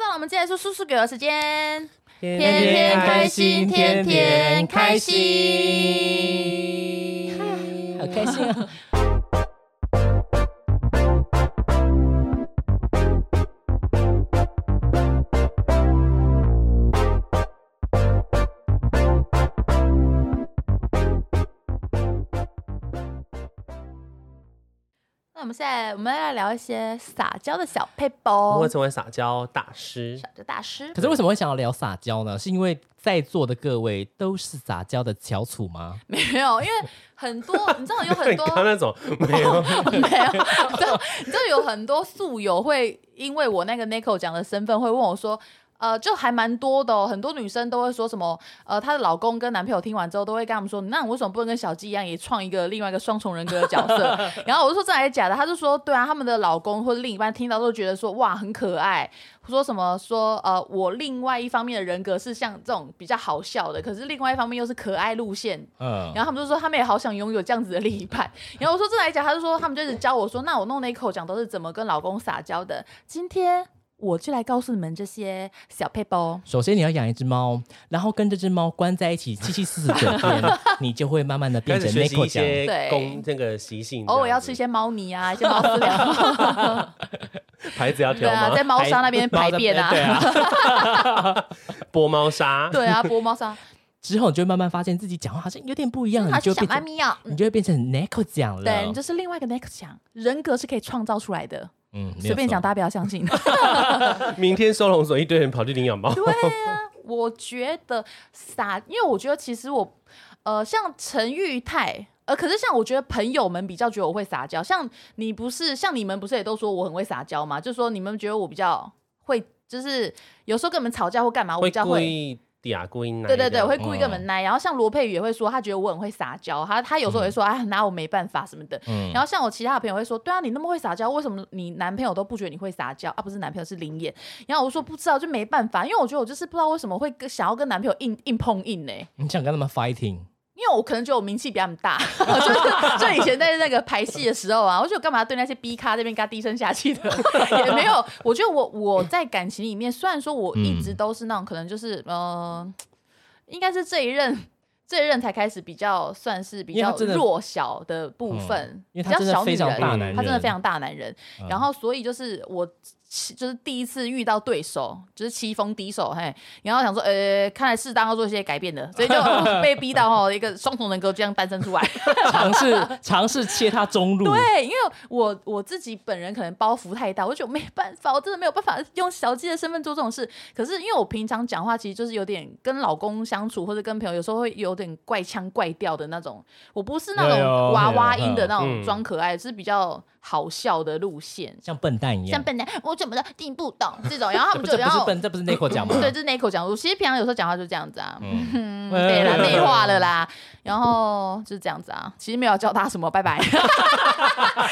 到了我们今天说叔叔给的时间，天天天开心天天开心，好开心啊！那我们现在我们要聊一些撒娇的小配包 我会，成为撒娇大师撒，娇大师哦可。是为什么会想要聊撒娇呢？是因为在座的各位都是撒娇的翘楚吗？没有，因为很多你知道有很 你多 刚刚那种没有没有，你知道你知道有很多宿友会因为我那个 Nico 讲的身份会问我说。呃，就还蛮多的、哦，很多女生都会说什么，呃，她的老公跟男朋友听完之后，都会跟他们说，那你为什么不能跟小鸡一样，也创一个另外一个双重人格的角色？ 然后我就说这还是假的，她就说，对啊，他们的老公或者另一半听到都觉得说，哇，很可爱，说什么说，呃，我另外一方面的人格是像这种比较好笑的，可是另外一方面又是可爱路线嗯，然后他们就说他们也好想拥有这样子的另一 半。然后我说这来讲，他就说他们就一直教我说，那我弄那一口讲都是怎么跟老公撒娇的。今天我就来告诉你们这些小配 包。首先你要养一只猫，然后跟这只猫关在一起七七四十九天，你就会慢慢的变开始成学习 Nico 一 酱。些对公那个习性，偶尔要吃一这些猫泥啊，一些 猫饲料，样子牌子要对挑啊，在吗？ 猫砂那边排便猫在对啊，啊，拨猫砂，对啊，拨猫砂，之后你就会慢慢发现自己讲话好像有点不 一样，他你就去会想妈变成咪 啊。嗯你就会变成 Nico 酱了。对，你就是另外一个 next 讲，人格是可以创造出来的，嗯，没有随便错讲，大家不要相信。明天收容所一堆人跑去领养猫，我觉得撒，因为我觉得其实我，呃，像陈玉泰，呃，可是像我觉得朋友们比较觉得我会撒娇，像你不是，像你们不是也都说我很会撒娇嘛？就说你们觉得我比较会，就是有时候跟你们吵架或干嘛，我比较故会。意嗲，故意奶这对样，对对，我会故意跟你们奶。然后像罗佩宇也会说，他觉得我很会撒娇，他他有时候也会说，啊，拿我没办法什么的。嗯然后像我其他的朋友会说，对啊，你那么会撒娇，为什么你男朋友都不觉得你会撒娇啊？不是男朋友是林演。然后我说不知道，就没办法，因为我觉得我就是不知道为什么会跟想要跟男朋友硬硬碰硬呢、你想跟他们 fighting，因为我可能觉得我名气比他们大， 就是就以前在那个排戏的时候啊，我就干嘛对那些 B 咖这边跟他低声下气的， 也没有。我觉得我我在感情里面，虽然说我一直都是那种可能就是呃，应该是这一任这一任才开始比较算是比因为较他真的弱小的部分，因比为他较真的小女非常人，大男人，他真的非常大男人。嗯然后所以就是我起就是第一次遇到对手，就是棋逢敌手，嘿，然后想说，呃，看来适当要做一些改变的，所以就 被逼到哦一个双重人格这样诞生出来。尝试尝试切他中路。对，因为我我自己本人可能包袱太大，我就没办法，我真的没有办法用小鸡的身份做这种事。可是因为我平常讲话其实就是有点跟老公相处，或者跟朋友有时候会有点怪腔怪调的那种，我不是那哎呦种娃娃哎呦音的那种嗯装可爱，是比较好笑的路线。像笨蛋一样像。笨蛋，我怎么的听不懂这种，然后他这们就不这然不是后笨，这不是 Nico 讲吗？对，就是那一口讲，我其实平常有时候讲话就这样子啊，嗯，对啦，内化了啦，然后就是这样子啊，其实没有教他什么，拜拜，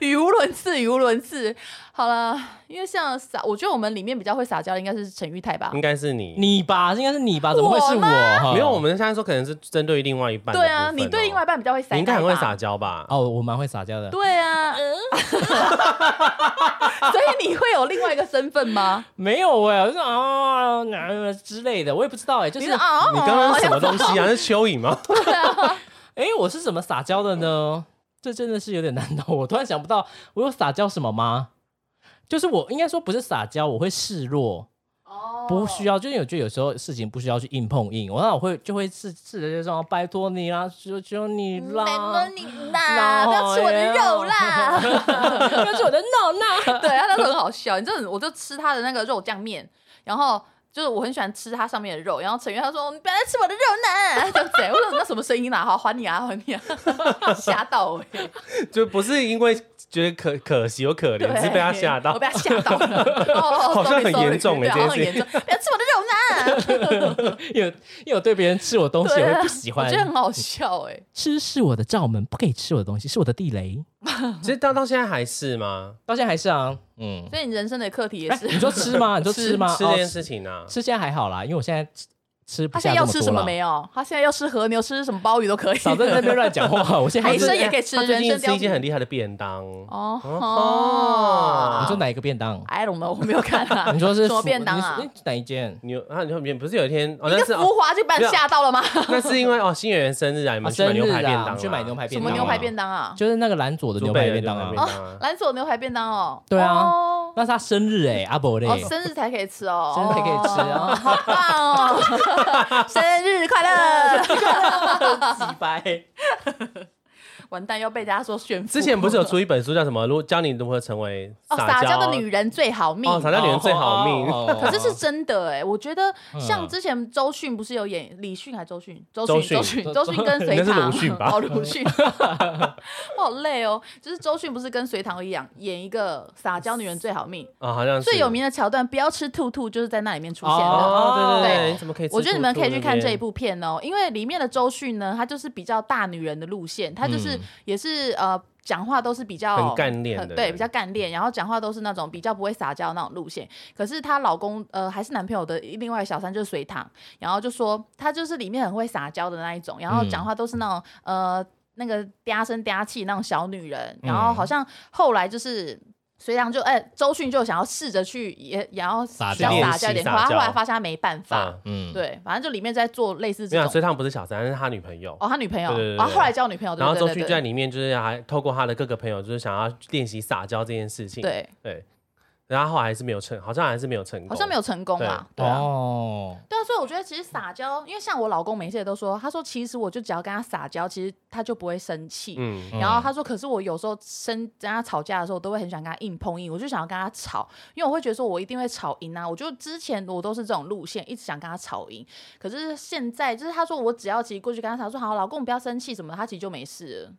语无伦次，语无伦次。好了，因为像撒，我觉得我们里面比较会撒娇的应该是陈玉泰吧应。该是你。你吧，应该是你吧？怎么会是我我？哈没有，我们现在说可能是针对另外一半的部对分哦。啊，你对另外一半比较会撒，你应该很会撒。娇吧？哦，我蛮会撒娇的。对 啊，所以你会有另外一个身份吗？没有哎，我就说啊哪之类的，我也不知道哎，就你是说啊，你刚刚是什么好像东西啊？是蚯蚓吗？ 哎，我是怎么撒娇的呢？这真的是有点难到我，我突然想不到我有撒娇什么吗？就是我应该说不是撒娇，我会示弱，哦不需要，就是我觉得有时候事情不需要去硬碰硬，我那我会就会试试着就说哦拜托你啦，求求你啦，你啦啦，不要吃我的肉哎啦！不要吃我的肉 啦。对，他那时候很好笑，你知道，我就吃他的那个肉酱面，然后。就是我很喜欢吃它上面的肉，然后陈月他说：“你不要再吃我的肉呢。” 这样子、我说：“那什么声音啊？好，还你啊，还你啊！” 吓到我、欸，就不是因为觉得可可惜或可对怜，只是被他吓我到。被他吓到了， 哦，好像很 sorry，严重 sorry，欸对好像这很件严重，不要吃我的啊肉呢。因为因为我对别人吃我东西，对我啊会不喜我欢觉。得很好笑哎、吃是我的罩门，不可以吃我的东西，是我的地雷。其实到到现在还是吗？到现在还是啊，嗯。所以你人生的课题也哎是，你说吃吗？你说吃吗？吃哦这件事情呢？啊吃现在还好啦，因为我现在吃不 他下现在这要么吃多什么啦没有？他现在要吃和牛，吃什么鲍鱼都可以。少在那边乱讲话，我现在海还是参也可以吃，他最人近参吃雕一件很厉害的便当， 哦哦你说哦哪一个便当？ ，I don't know，我没有看啊。你说是什么腐便当啊你？是哪一间？你有啊？你后面不是有一天哦？一那个是浮哦，华就把你没有吓到了吗？ 那是因为哦，新演员生日啊，你啊们去买生牛日排便啊，当，去买牛排什便么当啊，牛排便当啊？就是那个兰佐的牛排便当猪背的牛排便啊当。哦，蓝色牛排便当哦。对啊哦那是他生日哎，阿伯嘞，哦，生日才可以吃哦，生日才可以吃啊哦好棒哦！ 生日快乐！几百。完蛋，要被大家说炫富。 之前不是有出一本书叫什么？如教你如何成为哦，撒娇娇的女人最好命哦，。撒娇女人最好哦命。可是是真的哎，我觉得像嗯之前周迅不是有演李迅还是周迅？周周迅，迅周迅，周周 迅跟应隋该是唐，鲁迅吧哦，鲁迅， 我好累哦。就是周迅不是跟隋唐一样演一个撒娇女人最好命，啊，好像是最有名的桥段“不要吃兔兔”就是在那里面出现的。哦，对对对，你怎么可以吃兔兔那边？我觉得你们可以去看这一部片哦，因为里面的周迅呢，她就是比较大女人的路线，她就是嗯也是、呃讲话都是比较很干练很的对，人比较干练，然后讲话都是那种比较不会撒娇的那种路线。可是她老公呃还是男朋友的另外小三就是隋唐，然后就说她就是里面很会撒娇的那一种，然后嗯讲话都是那种、呃那个嗲声嗲气那种小女人，嗯然后好像后来就是。隋唐就哎、周迅就想要试着去也也要撒比较娇撒娇一点，去可练她习撒后来娇发现她没办法，啊，嗯，对，反正就里面在做类似没有这啊，所种。以他们不是小三，是他女朋友。哦，他女朋友，对对对对然后后来交女朋友，对然后不周对迅对在对里面就是还透过他的各个朋友，就是想要练习撒娇这件事情。对，对，然后后来还是没有成，好像还是没有成功，好像没有。有成功嘛，对啊。哦，对啊，所以我觉得其实撒娇，因为像我老公每次也都说，他说其实我就只要跟他撒娇，其实他就不会生气。嗯，然后他说，可是我有时候生跟他吵架的时候，我都会很想跟他硬碰硬，我就想要跟他吵，因为我会觉得说我一定会吵赢啊。我就之前我都是这种路线，一直想跟他吵赢。可是现在就是他说我只要其实过去跟他吵，说好老公不要生气什么的，他其实就没事了。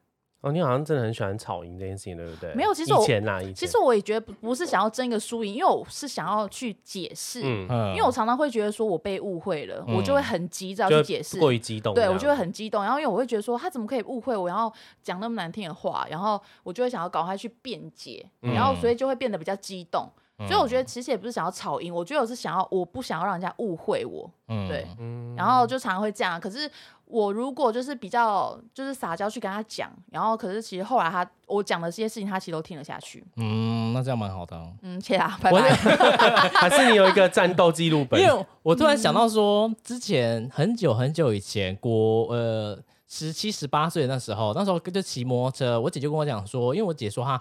哦，你好像真的很喜欢吵赢这件事情，对不对？没有其实我以前啦，以前其实我也觉得不不是想要争一个输赢，因为我是想要去解释，嗯，嗯因为我常常会觉得说我被误会了，嗯我就会很急着就要会去解释。过于激动这对，样，我就会很激动，然后因为我会觉得说他怎么可以误会我，然后讲那么难听的话，然后我就会想要赶快去辩解，嗯然后所以就会变得比较激动。嗯所以我觉得其实也不是想要吵赢，我觉得我是想要我不想要让人家误会我，嗯对嗯，然后就常常会这样。可是我如果就是比较就是撒娇去跟他讲，然后可是其实后来他我讲的这些事情他其实都听得下去，嗯，那这样蛮好的啊。嗯，谢啦，拜我拜。 还是你有一个战斗记录本因，为我突然想到说，之前很久很久以前，国呃十七十八岁的那时候，那时候就骑摩托车，我姐就跟我讲说，因为我姐说她，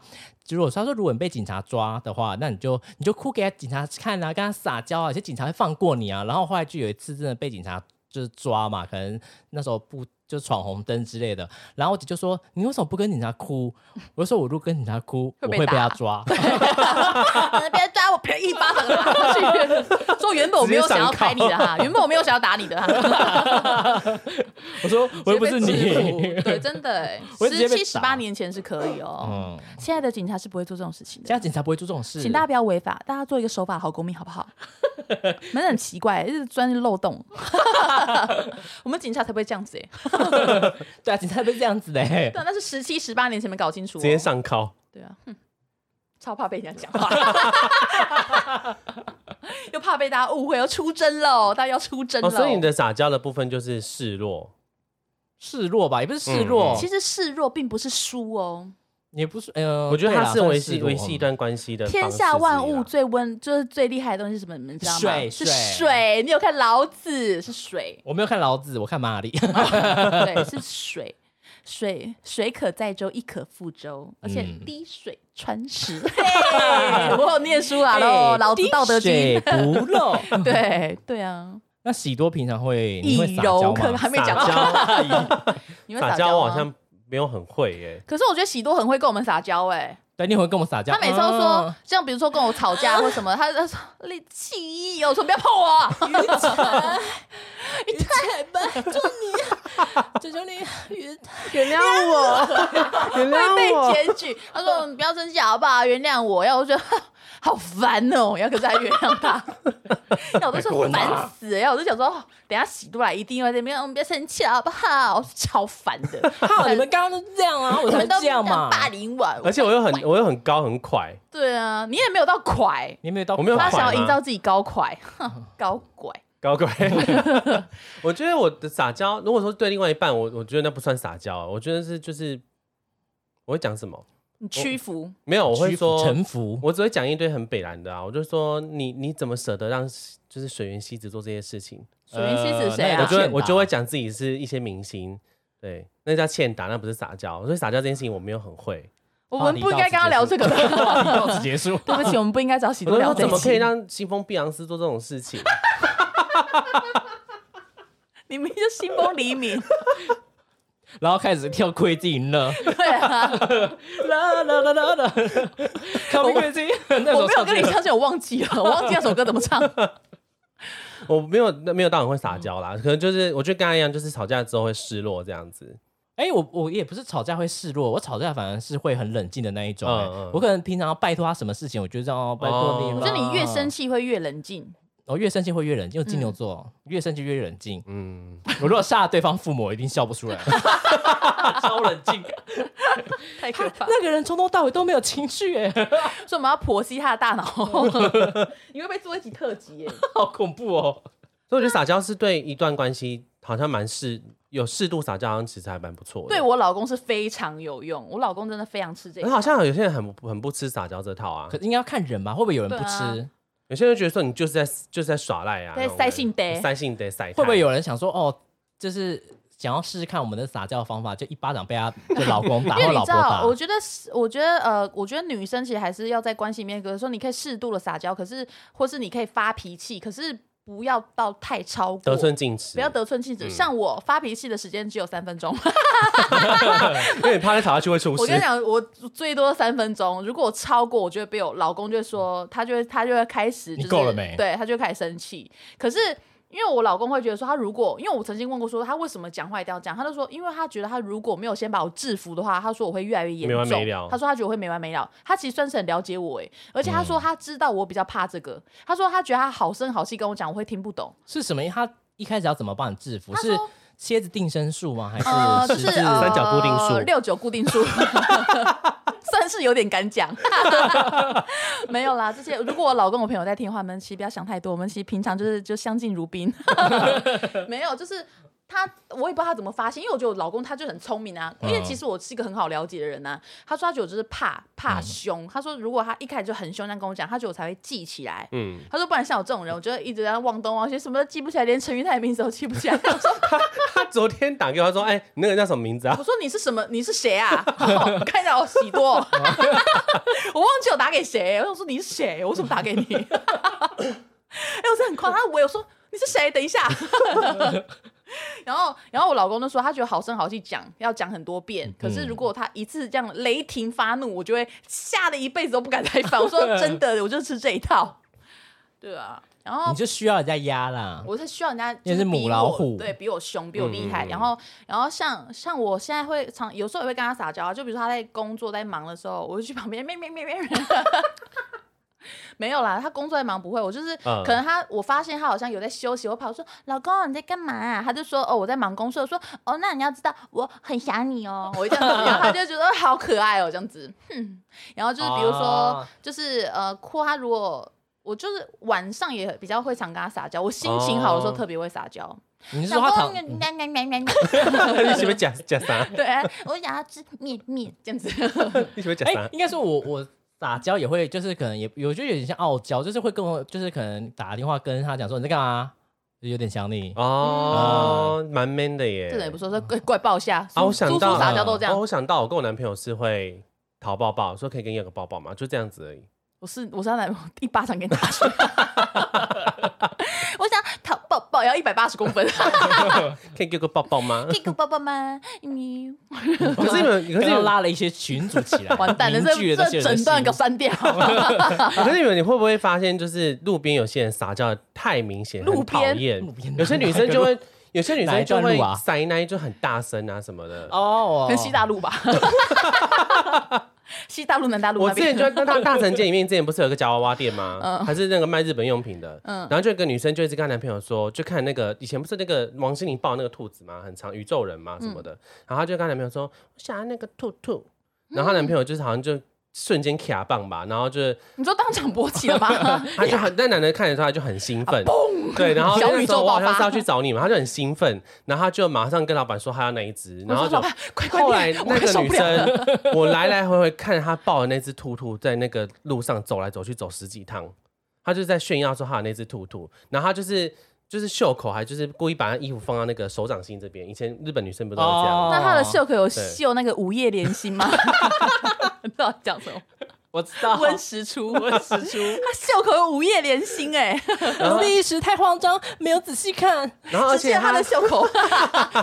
如果她说如果你被警察抓的话，那你就你就哭给警察看啊，跟他撒娇啊，有些警察会放过你啊。然后后来就有一次真的被警察就是抓嘛，可能那时候不。就闯红灯之类的，然后我姐就说：“你为什么不跟警察哭？”我就说：“我如果跟警察哭，会我被会被打他 抓。”呃别抓我，别一巴掌打过去。 说原本我没有想要拍你的哈，原本我没有想要打你的哈。我说：“ 我又不是直接被你。制服对，真的哎、我直接十被七、十八打年前是可以”哦、 嗯，现在的警察是不会做这种事情现的在。警察不会做这种事。请大家不要违法，大家做一个守法的好公民，好不好？蛮很奇怪、就是钻漏洞。 我们警察才不会这样子哎、对啊，警察被这样子的、欸对，啊，那是十七、十八年前没搞清楚、哦。直接上铐。对啊，哼，超怕被人家讲话， 又怕被大家误会，要出征喽，大家要出征喽、哦，所以你的撒娇的部分就是示弱，示弱吧，也不是示弱，嗯其实示弱并不是输哦，也不是，呃，我觉得它对啦是维算系示弱维系一段关系的方式之一啦。啊天下万物最温就是最厉害的东西是什么？你们知道吗？水是水，水。你有看老子是水我没有看老子，我看马里。对，是水。水水可载舟，亦可覆舟，而且嗯滴水穿石。嘿我有念书啊，喽，哎老子《道德经》滴水 不漏。对对啊，那喜多平常会你会以撒娇柔克吗？还没讲撒完，娇，你会撒娇娇我吗好像没有很会耶。可是我觉得喜多很会跟我们撒娇哎、对，你也会跟我撒娇。他每次都说嗯，像比如说跟我吵架或 什么，他他说你气意，我说不要碰我啊， 求求你原原谅我， 原会被检举。他说你不要生气好不好，原谅我。 然后我就觉得好烦哦，要可是还原谅他，然后我就说烦死了，然后我就想说，哦等一下喜多来一定会在那边，嗯，不要生气好不好？超烦的， 靠，你们刚刚都这 样啊，我你才们都这样嘛。霸凌我，而且我又很我又很高很快，对啊，你也没有到快，你有没有到，我没有他快想要吗嗯营造自己高快，哼高拐。高 贵。我觉得我的撒娇，如果说对另外一半，我我觉得那不算撒娇，啊我觉得是就是我会讲什么？你屈服，没有，我会屈服说臣服，我只会讲一堆很北蓝的啊，我就说你你怎么舍得让就是水原希子做这些事情？水原希子呃谁我啊那就个会欠打我就会讲自己是一些明星，对，那叫欠打，那不是撒娇。所以撒娇这件事情我没有很会。我啊们不应该跟他聊这个 的。啊话题到此结束。对不起，我们不应该找喜我多就聊说这怎一么可以期。让新风碧昂斯做这种事情？你们就新风黎 明， 然后开始跳 Crazy 了，对啊，啦啦啦啦啦，Come Crazy，那我首没有跟你相信，我忘记了，我忘记那首歌怎么唱。我没有没有到很会撒娇啦，可能就是我觉得跟他一样，就是吵架之后会失落这样子。哎、我我也不是吵架会示弱，我吵架反而是会很冷静的那一种、哎嗯嗯我可能平常要拜托他什么事情，我就这样、哦、拜托你哦了。就你越生，气嗯会越冷静，我、越生气会越冷静。因为金牛座、越生气越冷静。嗯，我如果杀了对方父母，我一定笑不出来， 超冷静。太可怕。那个人从头到尾都没有情绪，哎， 所以我们要剖析他的大脑， 你会不会做一集特辑耶？ 好恐怖哦。所以我觉得撒娇是对一段关系好像蛮适有适度撒娇，好像其实还蛮不错 的。对我老公是非常有用，我老公真的非常吃这可个。是好像有些人很不很不吃撒娇这套啊可，应该要看人吧，会不会有人不吃？对啊有些人觉得说你就是在就是在耍赖啊，在那种塞性感觉呆塞性得塞，会不会？有人想说，哦，就是想要试试看我们的撒娇方法，就一巴掌被他的老公打因或为你老知婆道，打我？觉得是，我觉得，呃，我觉得女生其实还是要在关系里面，比如说你可以适度的撒娇，可是或是你可以发脾气，可是不要到太超过得，寸进尺，嗯不要得寸进尺。像我发脾气的时间只有三分钟，因为你怕他吵下去会出我跟你事。讲，我最多三分钟，如果我超过，我就会被我老公就会说，他就会他就会开始、就是，你够了没对，他就会开始生气。可是因为我老公会觉得说，他如果因为我曾经问过说他为什么讲话一定要讲，他就说，因为他觉得他如果没有先把我制服的话，他说我会越来越严重，没完没了他说他觉得我会没完没了。他其实算是很了解我诶，而且他说他知道我比较怕这个，他说他觉得他好声好气跟我讲，我会听不懂。是什么？他一开始要怎么帮你制服？他是说蝎子定身术吗？还呃，是就十是字？呃三角固定数六九固定数， 算是有点敢讲。 没有啦，这些如果我老公、我朋友在听的话，我们其实不要想太多，我们其实平常就是就相敬如宾。 没有，就是。他我也不知道他怎么发现，因为我觉得我老公他就很聪明啊，因为嗯其实我是一个很好了解的人呐、他说他觉得我就是怕怕嗯凶，他说如果他一开始就很凶那样跟我讲，他觉得我才会记起来。嗯，他说不然像我这种人，我就会一直在那忘东忘西，什么都记不起来，连成语、他的名字都记不起来。我说他昨天打给我他说，哎、你那个叫什么名字啊我？说你是什么？你是谁啊？ 我看到我喜多， 我忘记我打给谁。我想说你是谁？我怎么打给你？ 哎、我真的很夸张。我有说你是谁？等一下。 然后，然后我老公就说，他觉得好声好气讲要讲很多遍，可是如果他一次这样雷霆发怒，我就会吓得一辈子都不敢再犯。我说真的，我就吃这一套。对啊，然后你就需要人家压啦。我是需要人家，你就是是母比老我虎对比我凶，比我厉害。嗯嗯嗯然后，然后像像我现在会常有时候也会跟他撒娇啊，就比如说他在工作在忙的时候，我就去旁边咩 咩咩咩。没有啦，他工作在忙不会，我就是、嗯可能他我发现他好像有在休息，我跑说老公你在干嘛、啊？他就说哦我在忙工作，我说哦那你要知道我很想你哦，我就这样子，然后他就觉得好可爱哦这样子，哼，然后就是比如说、啊就是呃或他如果我就是晚上也比较会常跟他撒娇，我心情好的时候哦特别会撒娇。你是老说他公躺，嗯喵喵喵喵喵， 你喜欢假假啥？对，我想要吃面面这样子。你喜欢假哎、啥？应该说我我撒娇也会，就是可能也我觉得有点像傲娇，就是会跟我就是可能打电话跟他讲说你在干嘛，有点想你。哦，蛮、man 的耶。这人也不说，说怪怪抱一下。啊，苏我想苏苏到了撒娇都这样哦。我想到，我跟我男朋友是会讨抱抱，说可以跟你有个抱抱嘛，就这样子而已。我是我是他男朋友，一巴掌给你打出来。 我想讨抱抱，要一百八十公分，可以给我个抱抱吗可？以给我抱抱吗？你可是你们，可可是是你们，拉了一些群主起 来，完蛋了，凝聚这了些这人整的段心给我删掉。哦可是你们，你会不会发现，就是路边有些人撒娇得太明显，路很讨边厌路边。有些女生就会，有些女哪生一就段会路啊塞奶就很大声啊什么的。哦，跟西大陆吧， 西大陆南大陆我那之前边嗯就。那 大大城街里面之前不是有个夹娃娃店吗？还是那个卖日本用品的。然后就有一个女生就一直跟她男朋友说，就看那个以前不是那个王心凌抱那个兔子吗？很长嗯宇嗯宙人嘛什么的。然后她就跟她男朋友说，我想要那个兔兔。然后她男朋友就是好像就瞬间卡棒吧，然后就是你说当场勃起了吗？他就很，那男的看着他就很兴奋，对，然后啊小宇宙那时候我好爆像发是要去找你嘛，他就很兴奋，然后他就马上跟老板说他要那一只，我 然后说就老板，快快后来点，我那快个受女不了了。生，哦我来来回回看她抱的那只兔兔在那个路上走来走去走十几趟，她就是在炫耀说她的那只兔兔，然后她就是就是袖口还就是故意把她衣服放到那个手掌心这边，以前日本女生不都会这样？哦那他的哦袖口有对绣那个午夜连心吗？ 你知道讲什么？我知哦 道温实初，温实 初，他袖口有午夜连心哎，奴隶一时太慌张，没有仔细看，然后而只记且得他她的，袖口，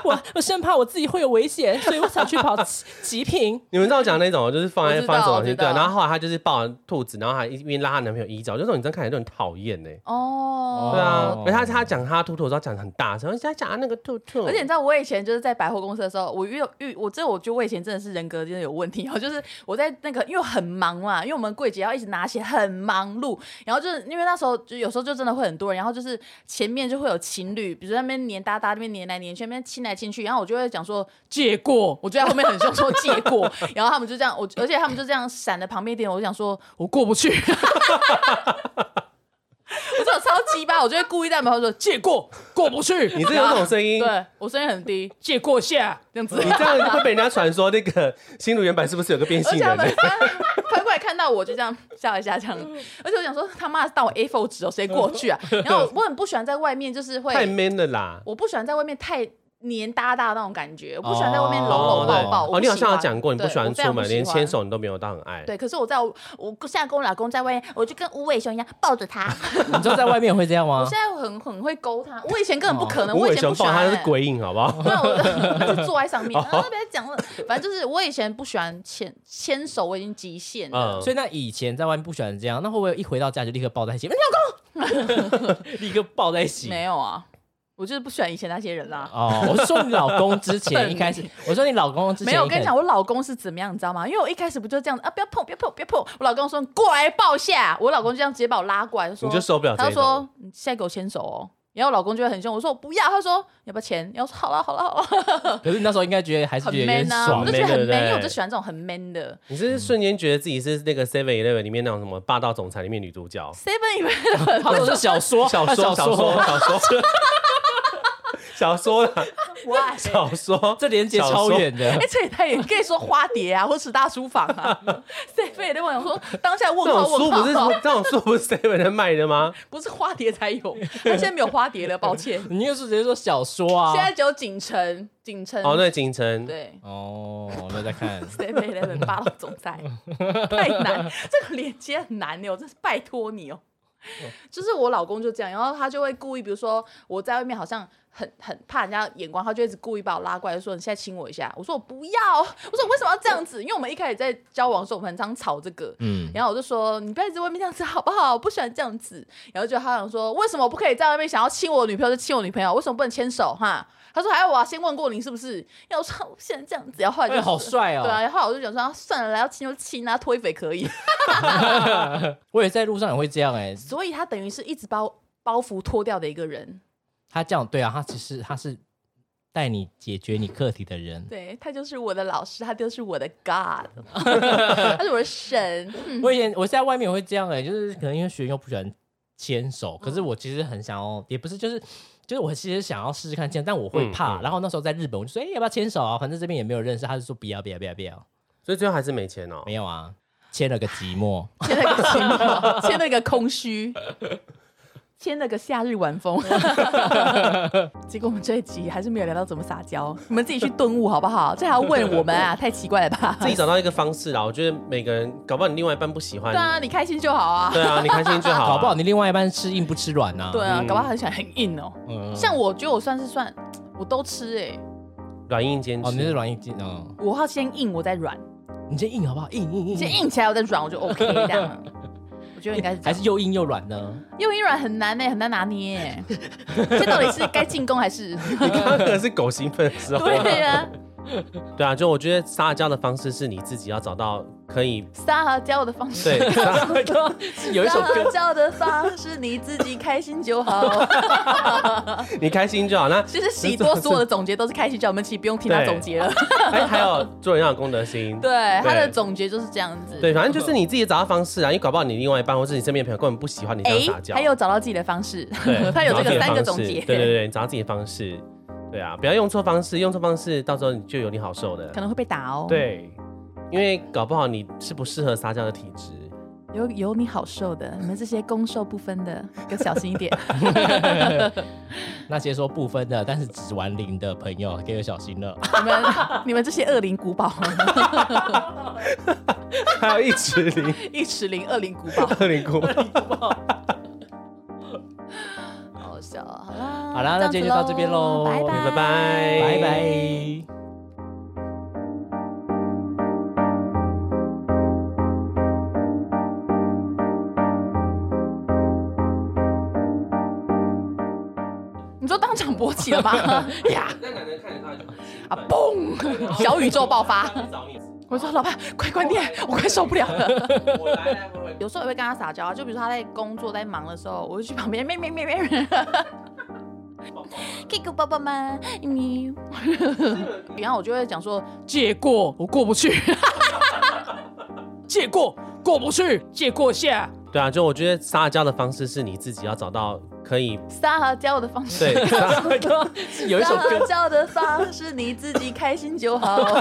我我生怕我自己会有危 险，所以我想去跑极极品。你们知道我讲那种就是放我在知道放在手我掌知心道对，然后后来她就是抱着兔子，然后还一边拉她男朋友衣角，就说你这样看起来就很讨厌呢。哦，对啊哦，而且她她讲她兔兔的时候讲得很大声，她讲她啊那个兔兔，而且你知道，我以前就是在百货公司的时候，我遇遇我这我觉得我以前真的是人格真的有问题。然后就是我在那个，因为很忙嘛，因为我们柜姐要一直拿鞋，很忙碌。然后就是因为那时候就有时候就真的会很多人，然后就是前面就会有情侣，比如在那边黏哒哒，那边黏来黏去，那边亲来亲去。然后我就会讲说借过，我就在后面很凶说借过。 然后他们就这样，我而且他们就这样闪的旁边一点，我就想说我过不去。我这种超鸡巴，我就会故意在门口说借过，过不去，你这有种声音，对我声音很低，借过下，这样子。你这样会被人家传说那个新竹原版是不是有个变而性且他人们？翻过来看到我就这样 笑一下这样，而且我想说他妈当我 A4 纸哦，谁过去 啊？然后我很不喜欢在外面，就是太会， man 了啦！我不喜欢在外面太黏哒哒那种感觉，我不喜欢在外面哦搂搂抱抱。对我哦，不你好喜欢像有讲过，你不对喜欢我非出常不门，喜连欢牵手你都没有到很爱。对，可是我在我我现在跟我老公在外面，我就跟无尾熊一样抱着 他。你知道在外面会这样我吗现？在很很会勾他，我以前根本不可能，无我以尾前不熊喜抱欢、他欸。是鬼影，好不好？对，我就 坐在 上面，然后那边讲了，反正就是我以前不喜欢牵牵手，我已经极限了。嗯，所以那以前在外面不喜欢这样，那会不会一回到家就立刻抱在一起？你老公， 立刻抱在一起。没有啊，我就是不喜欢以前那些人啦、啊哦，我是说你老公之前笨 一开始，我说你老公之前没有，一我跟你开讲，我老公是怎么样，你知道吗？因为我一开始不就这样子啊，不要碰，不要碰，不要碰。我老公说过来抱下，我老公就这样直接把我拉过来，就说你就受不了这他一就种说。你现在给我牵手哦。然后我老公就会很凶，我说我不要，他说你要不要牵？然后我说好了好了好了，始，可是你那时候应该觉得还是很觉得有 man 点啊，我爽就觉得很爽 man，妹对不对因为我就喜欢这种很 man 的。 你是瞬间觉得自己是那个 Seven Eleven 里面那种什么霸道总裁里面女主角？ Seven 里面他说是小说，小他说，小小说，小说， 小说啦，哇，小说， 这连接小超说远的哎，。这也太远，可以说花蝶啊，或是大书房 啊。Seven 的我说当下问这号种书问号不是这种书不是 Seven 在卖的吗？不是花蝶才 有，他现在没有花蝶了，抱歉。你又是直接说小说啊？现在只有锦城，锦城哦，对，锦城，对哦，我没有在看。 ，Seven Eleven 霸道总裁太难，这个连接很难的，我真是拜托你哦。就是我老公就这样，然后他就会故意，比如说我在外面好像很很怕人家眼光，他就一直故意把我拉过来，就说你现在亲我一下。我说我不要，我说我为什么要这样子？因为我们一开始在交往的时候，我们很常吵这个， 嗯，然后我就说：“你不要一直在外面这样子好不好？我不喜欢这样子。”然后就他想说：“为什么我不可以在外面想要亲我女朋友就亲我女朋友？为什么不能牵手？”哈，他说：“还哎有我要先问过你是不是？”然后我说：“我哦现在这样子。”然后后来就、哎，好帅对啊，哦！然后后来我就想说：“啊算了啦，要亲就亲啊，脱衣服也可以。 我也在路上也会这样哎”。所以他等于是一直把我包袱脱掉的一个人。他这样对啊，他其实他是带你解决你课题的人。对他就是我的老师，他就是我的 God，他是我的神。我以前我在外面也会这样哎、就是可能因为学员又不喜欢牵手，可嗯是我其实很想要，也不是就是就是我其实想要试试看牵，但我会嗯怕。嗯然后那时候在日本，我就说哎、要不要牵手啊？反正这边也没有认识，他就说不要不要不要不要，所以最后还是没钱哦没。有啊，牵了个 寂寞。签了个寂寞，签了个空 虚，签了个夏日晚风。结果我们这一集还是没有聊到怎么撒娇，你们自己去顿悟好不好？这还要问我们 啊，太奇怪了吧？自己找到一个方式啦，我觉得每个人搞不好你另外一半不喜欢对，啊，你开心就好啊。对啊，你开心就好 啊。搞不好你另外一半吃硬不吃软呐、啊？对啊，嗯搞不好很想很硬哦。嗯，像我觉得我算是算，我都吃哎、软硬兼哦，你是施，软硬筋哦，我要先硬，我再软，你先硬好不好？硬硬硬，先硬起来，我再软，我就 OK 这 样。我觉得应该是这还样是又硬又软呢？ 又硬软很难呢、很难拿捏、欸欸。这到底是该进攻还是？ 你刚刚那个是狗兴奋的时候，啊对呀、啊对啊，就我觉得撒娇的方式是你自己要找到可以撒哈娇的方式 对，撒啊是有一撒 首哈歌，娇的方式，你自己开心就好。你开心就好。那其实喜多所有的总结都是开心就好，我们其实不用听他对总结了。哎，还有做人要有公德心。对，他对的总结就是这样子。对，反正就是你自己找到方式啊，因为搞不好你另外一半或是你身边的朋友根本不喜欢你这样哎撒，娇。还有找到自己的方式对，， 他有找这自己个的三个方总式结，对对对，找自己的方式。对啊，不要用错方式，用错方式，到时候你就有你好受的可。能会被打哦。，对，因为搞不好你是不适合撒娇的体质。有有你好受的，你们这些攻受不分的，要小心一点。 那些说不分的，但是只玩零的朋友，可以小心了。你们你们这些恶灵古堡， 还有一池零一尺零恶灵古堡，二零哭，好笑啊。好啦，好啦那今天就到这边喽样子拜拜哎拜拜拜。你说当场勃起了吗？ 呀，那男人看着他就很 啊嘣，小宇宙爆发。找你，我说老爸，快关店，我快受不了了。我来来回回。有时候也会跟他撒娇啊，就比如说他在工作在忙的时候，我就去旁边咩咩咩咩咩，可以给我抱抱吗？咪。然后我就会讲说借过，我过不去。 借过过不去，借过 下。对啊，就我觉得撒娇的方式是你自己要找到可以撒哈娇的方式， 对撒 是有一首撒歌哈。娇的方式，你自己开心就好。